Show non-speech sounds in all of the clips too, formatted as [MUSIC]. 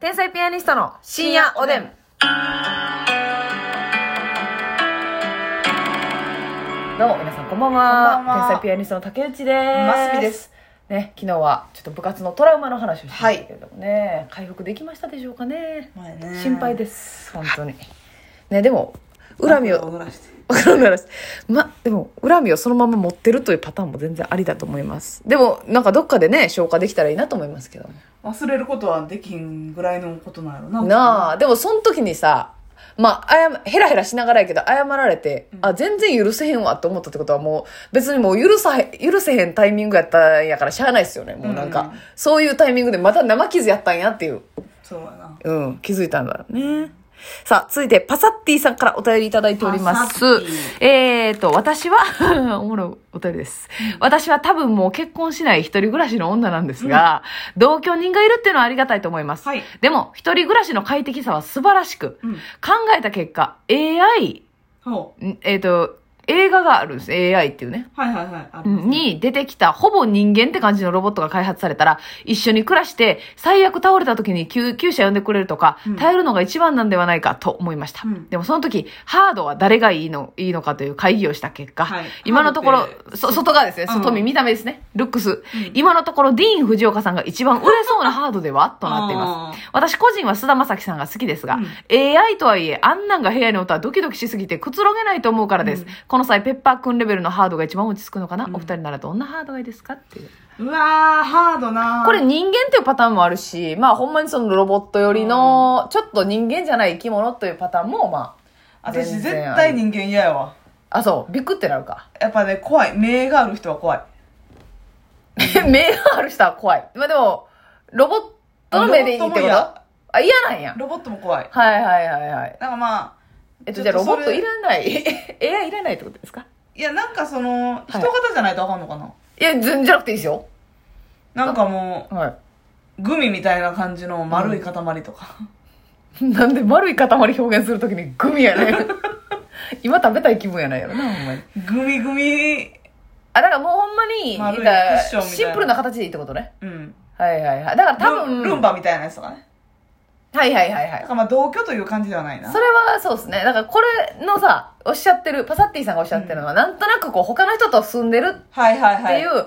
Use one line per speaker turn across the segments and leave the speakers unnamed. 天才ピアニストの深夜おでん。どうも皆さんこんばんは。
こんばんは
天才ピアニストの竹内です。マ
マスミです。
ね、昨日はちょっと部活のトラウマの話をしま
は
した
い
けれどもね、回復できましたでしょうかね。
まあね
心配です、本当に。ね、でも、恨みを、
踊らして
[LAUGHS] 恨みを、ま、でも、恨みをそのまま持ってるというパターンも全然ありだと思います。でも、なんかどっかでね、消化できたらいいなと思いますけども。
忘れることはできんぐらいのことなんやろな
な
あ
あ、でもその時にさ、まあ、あやま、ヘラヘラしながらやけど、謝られて、あ、全然許せへんわって思ったってことはもう、別にもう許さへん、許せへんタイミングやったんやからしゃあないっすよね。もうなんか、
うん
そういうタイミングでまた生傷やったんやっていう、
そうやな
うん、気づいたんだね。さあ、続いて、パサッティさんからお便りいただいております
パサッテ。
えーと、私は、お [LAUGHS] もろいお便りです。私は多分もう結婚しない一人暮らしの女なんですが、同居人がいるっていうのはありがたいと思います。
はい
でも、一人暮らしの快適さは素晴らしく、
うん
考えた結果、AI、
そ
んえっ、と、映画があるんです。AI っていうね。
うはいはいはいありますね
に出てきた、ほぼ人間って感じのロボットが開発されたら、一緒に暮らして、最悪倒れた時に救急車呼んでくれるとか、
うん
耐えるのが一番なんではないかと思いました。
うん
でもその時、ハードは誰がいいの、いいのかという会議をした結果、
はい
今のとこ
ハ
ろ
ードっ、て
そ外側ですね、外見、
うん
見た目ですね、ルックス。今のところ、ディーン・藤岡さんが一番売れそうなハードではとなっています。
あー
私個人は菅田将暉さんが好きですが、
うん
AI とはいえ、あんなんが部屋におったらドキドキしすぎてくつろげないと思うからです。
うん
この際、ペッパーくんレベルのハードが一番落ち着くのかな、
うん
お二人ならどんなハードがいいですかっていう。
うわーハードな
これ人間っていうパターンもあるし、まあほんまにそのロボット寄りの、ちょっと人間じゃない生き物というパターンも、まあ。
私
全
絶
然あり
対。人間嫌やわ
あ、そう、ビクってなるか。
やっぱね怖い目がある人は怖い
[LAUGHS] 目がある人は怖い。まあでも、ロボットの目でいいって
ロボッ
こと
トも嫌
あ、嫌なんや。
ロボットも怖い
はいはいはいはい。
なんかまあ
えっと、
ち
じ
ょ
ゃあ
っと
ロボット
それ
いらない。AI [LAUGHS] いらないってことですか
いやなんかその人型じゃないとあかんのかな、
いや、全じゃなくていいですよ。
なんかも
は
うグミみたいな感じの丸い塊とか、
い。 [LAUGHS] なんで丸い塊表現するときにグミやねん。
[LAUGHS]
今食べたい気分やないやろな、ほんまに。
グミグミ
あ、だからもうほんまに、
丸い
だから
クッションみたいな
シンプルな形でいいってことね。
うん
はいはいはい。だから多分、
ルンルンバみたいなやつとかね
はいはいはいは
だ
い
か。らまあ同居という感じではないな
それはそうですね。だからこれのさ、おっしゃってる、パサッティさんがおっしゃってるのは、なんとなくこう他の人と住んでる
はいはい
って
はい
いう、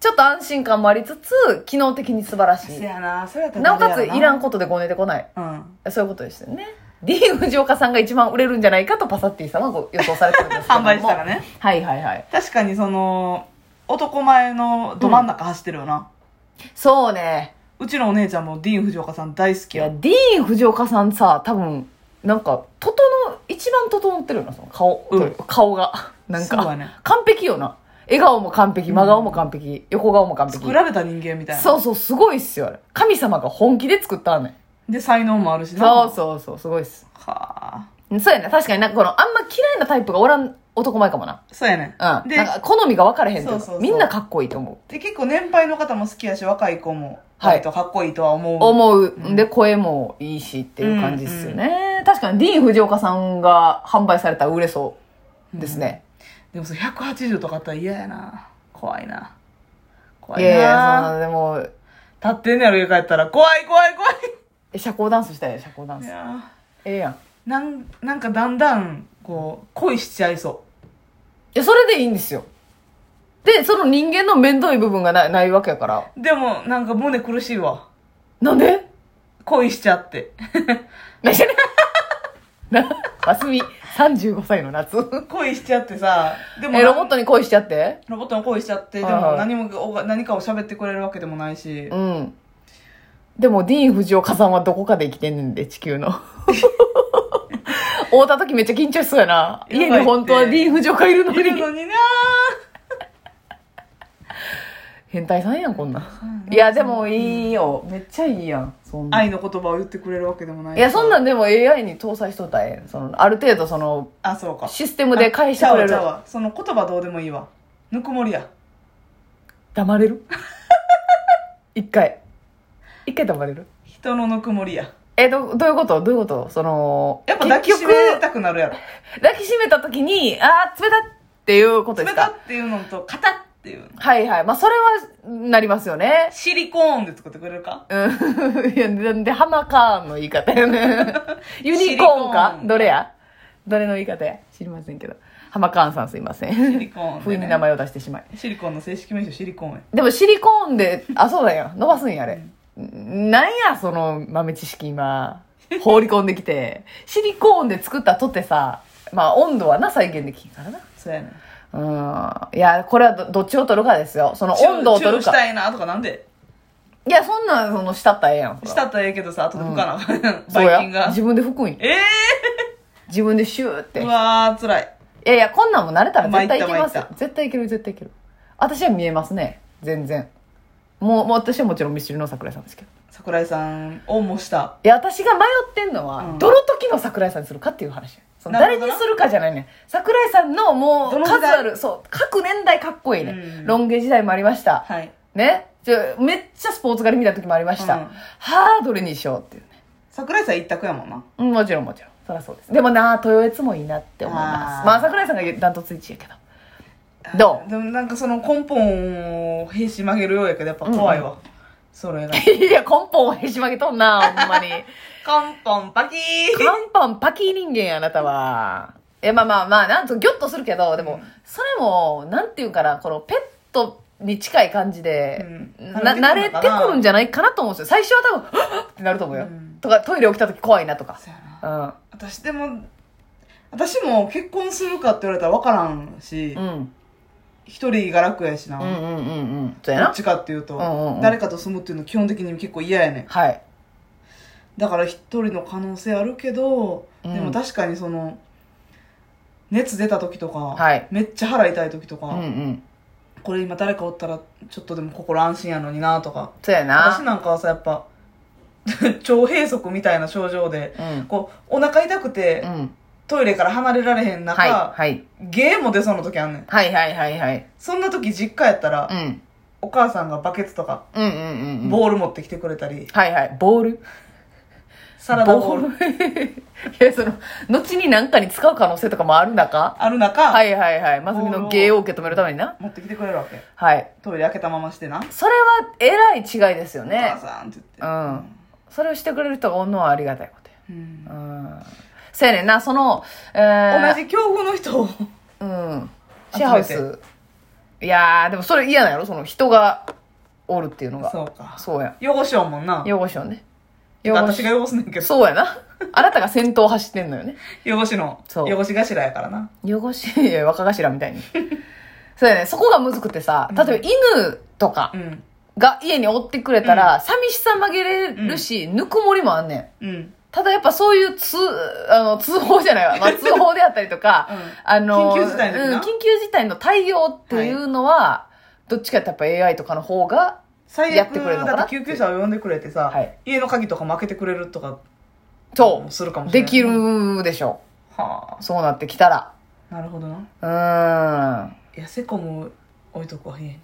ちょっと安心感もありつつ、機能的に素晴らし
せ
い。
やなそれやった
なおかつ、
誰や
いらんことでごねてこない。
うん
そういうことですよね。ディーン・藤岡さんが一番売れるんじゃないかとパサッティさんはご予想されてるんですけども。
[LAUGHS] 販売したら。ね
はいはいはい。
確かにその男前のど真ん中走ってるよな、
そうね。
うちのお姉ちゃんもディーン・藤岡さん大好き
い
や
や、ディーン・藤岡さんさ、多分、なんか、整う、一番整ってるよな、その顔。
うん
顔が。なん
そう
か、
やね
完璧よな。笑顔も完璧、真顔も完璧、横顔も完璧
作。られた人間みたいな
そうそう、すごいっすよ、あれ。神様が本気で作ったね。
で才能もあるしな
そうそうそう、すごいっす。
はあ
そうやね。確かになんかこの、あんま嫌いなタイプがおらん男前かもな。
そうやね
うん。
で
なんか好みが分かれへんっていうか
そうそうそう
みんなかっこいいと思う。
で結構年配の方も好きやし若い子も
はい
割とかっこいいとは思う、
思う。
うん
で、声もいいしっていう感じですよね。確かに、ディーン・藤岡さんが販売されたら売れそうですね。
でもそれ180とかあったら嫌やな怖いな怖
い
いな
やいや、そのでも、
立ってんねやろ家帰ったら怖い怖い怖い
え社交ダンスしたいよ、社交ダン
い
ス。え
やー
えやん。い
なんなんかだんだんこう恋しちゃいそ
や、それでいいんですよ。で、その人間の面倒い部分がないないわけやから。
うでもなんか胸苦しいわ
なんで
恋しちゃって [LAUGHS]
なしね。 [LAUGHS] な、ますみ、35歳の夏。
恋しちゃってさでも
え、ロボッ
なん
トに恋しちゃって
ロボットの恋しちゃってで
はいは
も
い
何もおが何かを喋ってくれるわけでもないし
うん。でも、ディーン・フジオカさんはどこかで生きてんねんで、地球の。 [LAUGHS] 会うた時めっちゃ緊張しそうやな。
やば
家
いって
に本当はディーン・フジオカいるの
いる
に。
のにな
変態さんやん、こんなん。
ん
いや、でもいいよ。めっちゃいいやん。そんな。
愛
い
の言葉を言ってくれるわけでもない
や、そんなんでも AI に搭載しとったらええんその、ある程度その、
あそうか
システムで返してくれ
あち
る
ゃう。わちゃうわその言葉どうでもいいわぬくもりや
黙れ [LAUGHS] る一回。一回黙れる
人のぬくもりや
え、ど、どういうことどういうことその、
やっぱ抱きしめたくなるやろ
抱きしめた時に、あー、冷たっていうことで
冷
す
た
か
っていうのと肩っっていう。
はいはい。まあ、それは、なりますよね。
シリコーンで作ってくれるか
うん。 [LAUGHS] いや、なんで、ハマカーンの言い方や
[LAUGHS]
ね。ユニコーン
シリ
か
コーン
どれやどれの言い方や知りませんけど。ハマカーンさんすいませ
シ
ん。
リコーン、
不意に名。前を出してしまい。
シリコーンの正式名称シリコーンや。
でもシリコーンで、あ、そうだよ。伸ばすんや、あれ。なんや、その豆知識今。放り込んできて。シリコーンで作ったとてさ、まあ温度はな、再現できんからな。
そうやねん。
うん。いや、これはどどっちを取るかですよ。その温度を取
チュー
る
し
か。
たいなとかなんで
いや、そんなん、その、したったらええやん。それ
し
は
たったらええけどさ、後で拭かなあかんやん。
[LAUGHS] そう
バイキン
や。
が
自。分で拭くんや。
ええ
自分でシューって。
ー、う
い
わー、辛い。
やいや、こんなんも慣れたら絶対いけます
参った参っ
よ。絶対いける、絶対いける。私は見えますね。全然。もう、もう私はもちろんミスチルの桜井さんですけど。
桜井さんを模した。
いや、私が迷ってんのは、
うん
どの時の桜井さんにするかっていう話。その
なる
誰
ほど
にするかじゃないねん。桜井さんのも
ど
う
の時代
数ある、そう、各年代かっこいいね。
うん
ロン毛時代もありました。
はい。
ね。じゃめっちゃスポーツ狩り見た時もありました。
うん
はあ、どれにしようっていうね。
桜井さん一択やもんな。
うんもちろんもちろん。そりゃそうです。でもなあ、豊悦もいいなって思いま
あー
す。まあ、桜井さんがダントツ1位やけど。どう
でもなんかその根本をへし曲げるようやけど、やっぱ怖いわ。
[LAUGHS]
それが。
いや、根本をへし曲げとんな、ほんまに。
根本パキー
ンパンパキー人間や、あなたは。いや、まあまあまあ、なんとギョッとするけど、でも、それも、なんていうかな、このペットに近い感じで、
うん
な、慣れてくるんじゃないかなと思うんですよ。最初は多分、 [GASPS] はっってなると思うよ。とか、トイレ起きた時怖いなとか。
そうやな
うん。
私でも、私も結婚するかって言われたら分からんし
う、ん。
一、人が楽やしな。
うんうんうんうん。そうや
どっ
な。
ちかっていうと、
うんうんうん
誰かと住むっていうの基本的に結構嫌やねん。
はい。
だから一人の可能性あるけど、
うん
でも確かにその、熱出た時とか、
はい
めっちゃ腹痛い時とか、
うんうん。
これ今誰かおったらちょっとでも心安心やのになとか、
そうや
私
な。
なんかはさやっぱ [LAUGHS] 腸閉塞みたいな症状で、
うん。
こうお腹痛くて、
うん。
トイレから離れられへん中、
はい。はい。
ゲーも出そうな時あんねん
はいはいはいはい。
そんな時実家やったら、
うん。
お母さんがバケツとか
うんうんうんうん。
ボール持ってきてくれたり、
はいはい。ボール
サラダボール
ル [LAUGHS] いや、その、後に何かに使う可能性とかもある中
ある中、
はいはいはい。まずみの芸を受け止めるためにな。
持ってきてくれるわけ
はい。
トイレ開けたまましてな、
それは、えらい違いですよ
お
ね
母。さんって
う
言って、
ん。それをしてくれる人がおんのはありがたいことや。
うん
うん。せやねんな、その、えー、
同。じ境遇の人を
うん。
集めて
シェアハウス。いやー、でもそれ嫌なんやろその人がおるっていうのが。
そうか
そうや。
汚しようもんな
汚しをね。汚
私
し。
が汚すねんけど
そうやな。あなたが先頭走ってんのよね。
汚しの
そう
汚し頭やからな
汚し、いや若頭みたいに。そうやね、そこがむずくてさ、例えば犬とか
うん
が家におってくれたら、寂しさ紛れるし、ぬくもりもあんねん。
うん
ただやっぱそういう通、あの、通報じゃないわ。まあ、通報であったりとか、
[LAUGHS] うん
あの、
緊急事態の時
うん
な
緊急事態の対応っていうのは、どっちかってやっぱ AI とかの方が、
最
やっ
悪
てくれるのかな
だって救急車を呼んでくれてさ、
はい
家の鍵とかも開けてくれるとか
そ
するかも
う、
し
で
れない
きるでしょ
は
う。そうなってきたら。
あなるほどな
うーん。
いやセコム置いとくわ家に、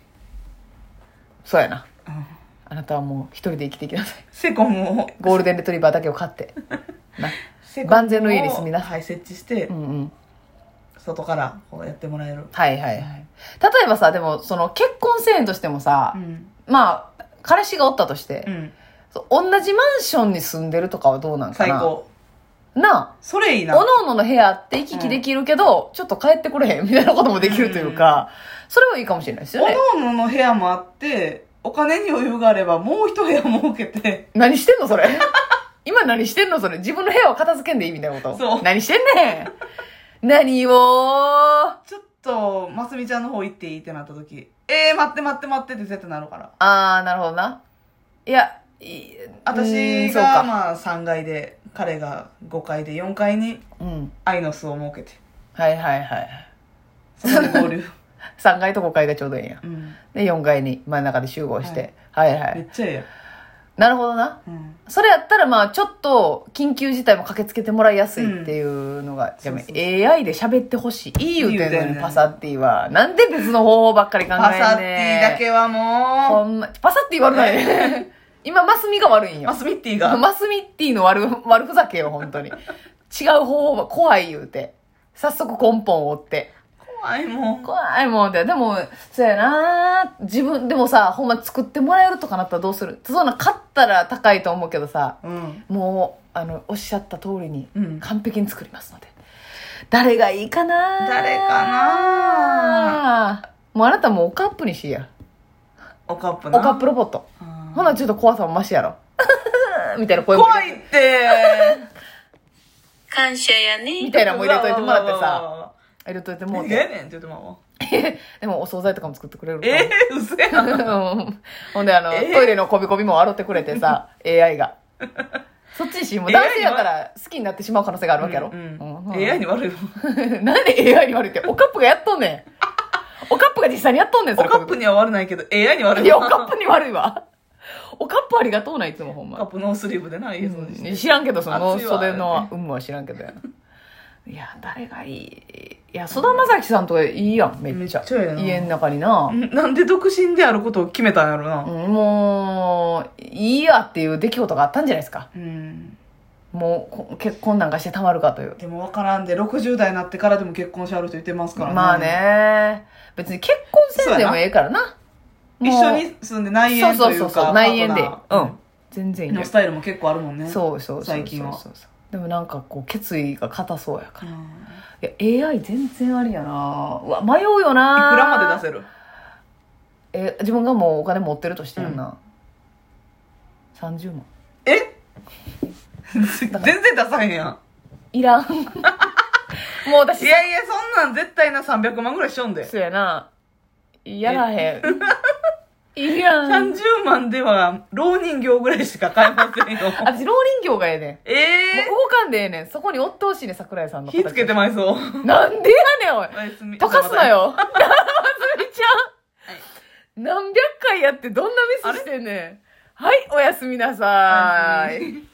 そうやな。
うん、
あなたはもう一人で生きていきなさ
[LAUGHS]
い。
セコムを
ゴールデンレトリバーだけを飼って。な。
セコムを
万全の家に住みなさ
はい設置して、
うんうん。
外からこうやってもらえる
はいはいはい。例えばさ、でも、その結婚せえへんとしてもさ、
ん
まあ、彼氏がおったとして、
うん
そう同じマンションに住んでるとかはどうなんか
最
な。
高
な
それいい
あ、お
な
のおのの部屋あって行き来できるけど、ちょっと帰ってこれへんみたいなこともできるというか、それはいいかもしれないですよね。
おのおのの部屋もあってお金に余裕があればもう一部屋設けて
何してんのそれ。今何してんのそれ。自分の部屋を片付けんでいいみたいなこと。
そう
何してんねん。何を
ちょっとますみちゃんの方行っていいってなった時えー、待って待って待ってって絶対なるから
あー、なるほどな。いや、いうん
私
そう
が
か。
まあ3階で彼が5階で4階に
うん。
愛の巣を設けて
はいはいはい。
そこで合
[LAUGHS]
流、
3階と5階がちょうどいいんや。
うん、
で、4階に真ん中で集合して。はい、はい、
めっちゃええやん
なるほどな。
うん
それやったら、まあ、ちょっと、緊急事態も駆けつけてもらいやすいっていうのが、
そうそうそ
で
う
も AI で喋ってほしい。いい言うてん
いい言う
の
てん
に、
ねん
パサッティは。なんで別の方法ばっかり考えんねん
パサティだけは
ほ
も
んま、パサッティ悪ない [LAUGHS] ね。今、マスミが悪いん
う
よ
マ。スミッティが
マスミッティの悪、悪ふざけよ、本当に。違う方法は怖い言うて。早速根本を追って。
怖いもん。
怖いもんって。でも、そうやな自分、でもさ、ほんま作ってもらえるとかなったらどうするそんな買ったら高いと思うけどさ、
うん。
もう、あの、おっしゃった通りに
う、ん
完璧に作りますので。誰がいいかな
誰かな
もうあなたもうおカップにしや。
おカップ
お
な。
カップロボット。
うん
ほな、ちょっと怖さもマシ
[LAUGHS]
やろ。みたいな声も入れ
怖いって。
[LAUGHS] 感謝やね
み。たいなのも入れといてもらってさ、
さ。
入れといても
も
う
う
て。
ええねんって言ってまうわ。
でもお惣菜とかも作ってくれるから
ええ、うせえな。
うんほんであの、
え
トイレのこびこびも洗ってくれて
[LAUGHS]
さ AI がそっちにしもう
AI
男性やから好きになってしまう可能性があるわけやろ、
うん
うん
AI に悪い
[LAUGHS]
もん。
なんで AI に悪いっておカップがやっとんねんおカップが実際にやっとんねんそ
お
れ
カップには悪ないけど、AI に悪い
いやおカップに悪いわおカップありがとうないつもほん
カッ
ま、
プノースリーブでな、家掃除して。
知らんけどその
暑いわ
袖の有無は知らんけどやないや誰がいいいや菅田将暉さんとかいいやんめっちゃ
めっちゃええな
家の中にな、
んなんで独身であることを決めたんやろな。
うんもう、いいやっていう出来事があったんじゃないですか。
うん。
もうこ、結婚なんかしてたまるかという。
でも分からんで、60代になってからでも結婚しはる人いてますから
まあ。ね、別に結婚せんでもええからな。
一
もう
緒に住んで内縁
そ
と
う
い
そううそうそ
か、
う、内縁で。
パー
う
トナ
ん。全然い
ー
いよ
のス。タイルも結構あるもんね。う。
そうそうそう。
最近は
そうそうそうでもなんかこう、決意が硬そうやか
ん、い
ら。いや、AI 全然ありやなうわ、迷うよ
く
な
らまで出せる
え、自分がもうお金持ってるとしてやんな。30万。
え [LAUGHS] 全然出さへんやん。
い
[LAUGHS]
らん。もう私
い、やいや、そんなん絶対な300万ぐらいしょんで。
そうやな。やらへん。いやん。
30万では、老人形ぐらいしか買えませんよ。
私、老人形がええねん。も
ええ
う動かんでええねん。そこに追ってほしいねん、桜井さんの
ー、
形。
火つけてまいそう。
なんでやねん、おい。
おやすみ
溶かすな。よ。 [LAUGHS] なずみち
はい
ゃん。何百回やってどんなミスしてんねん。はい、おやすみなさ
おやす
ーい。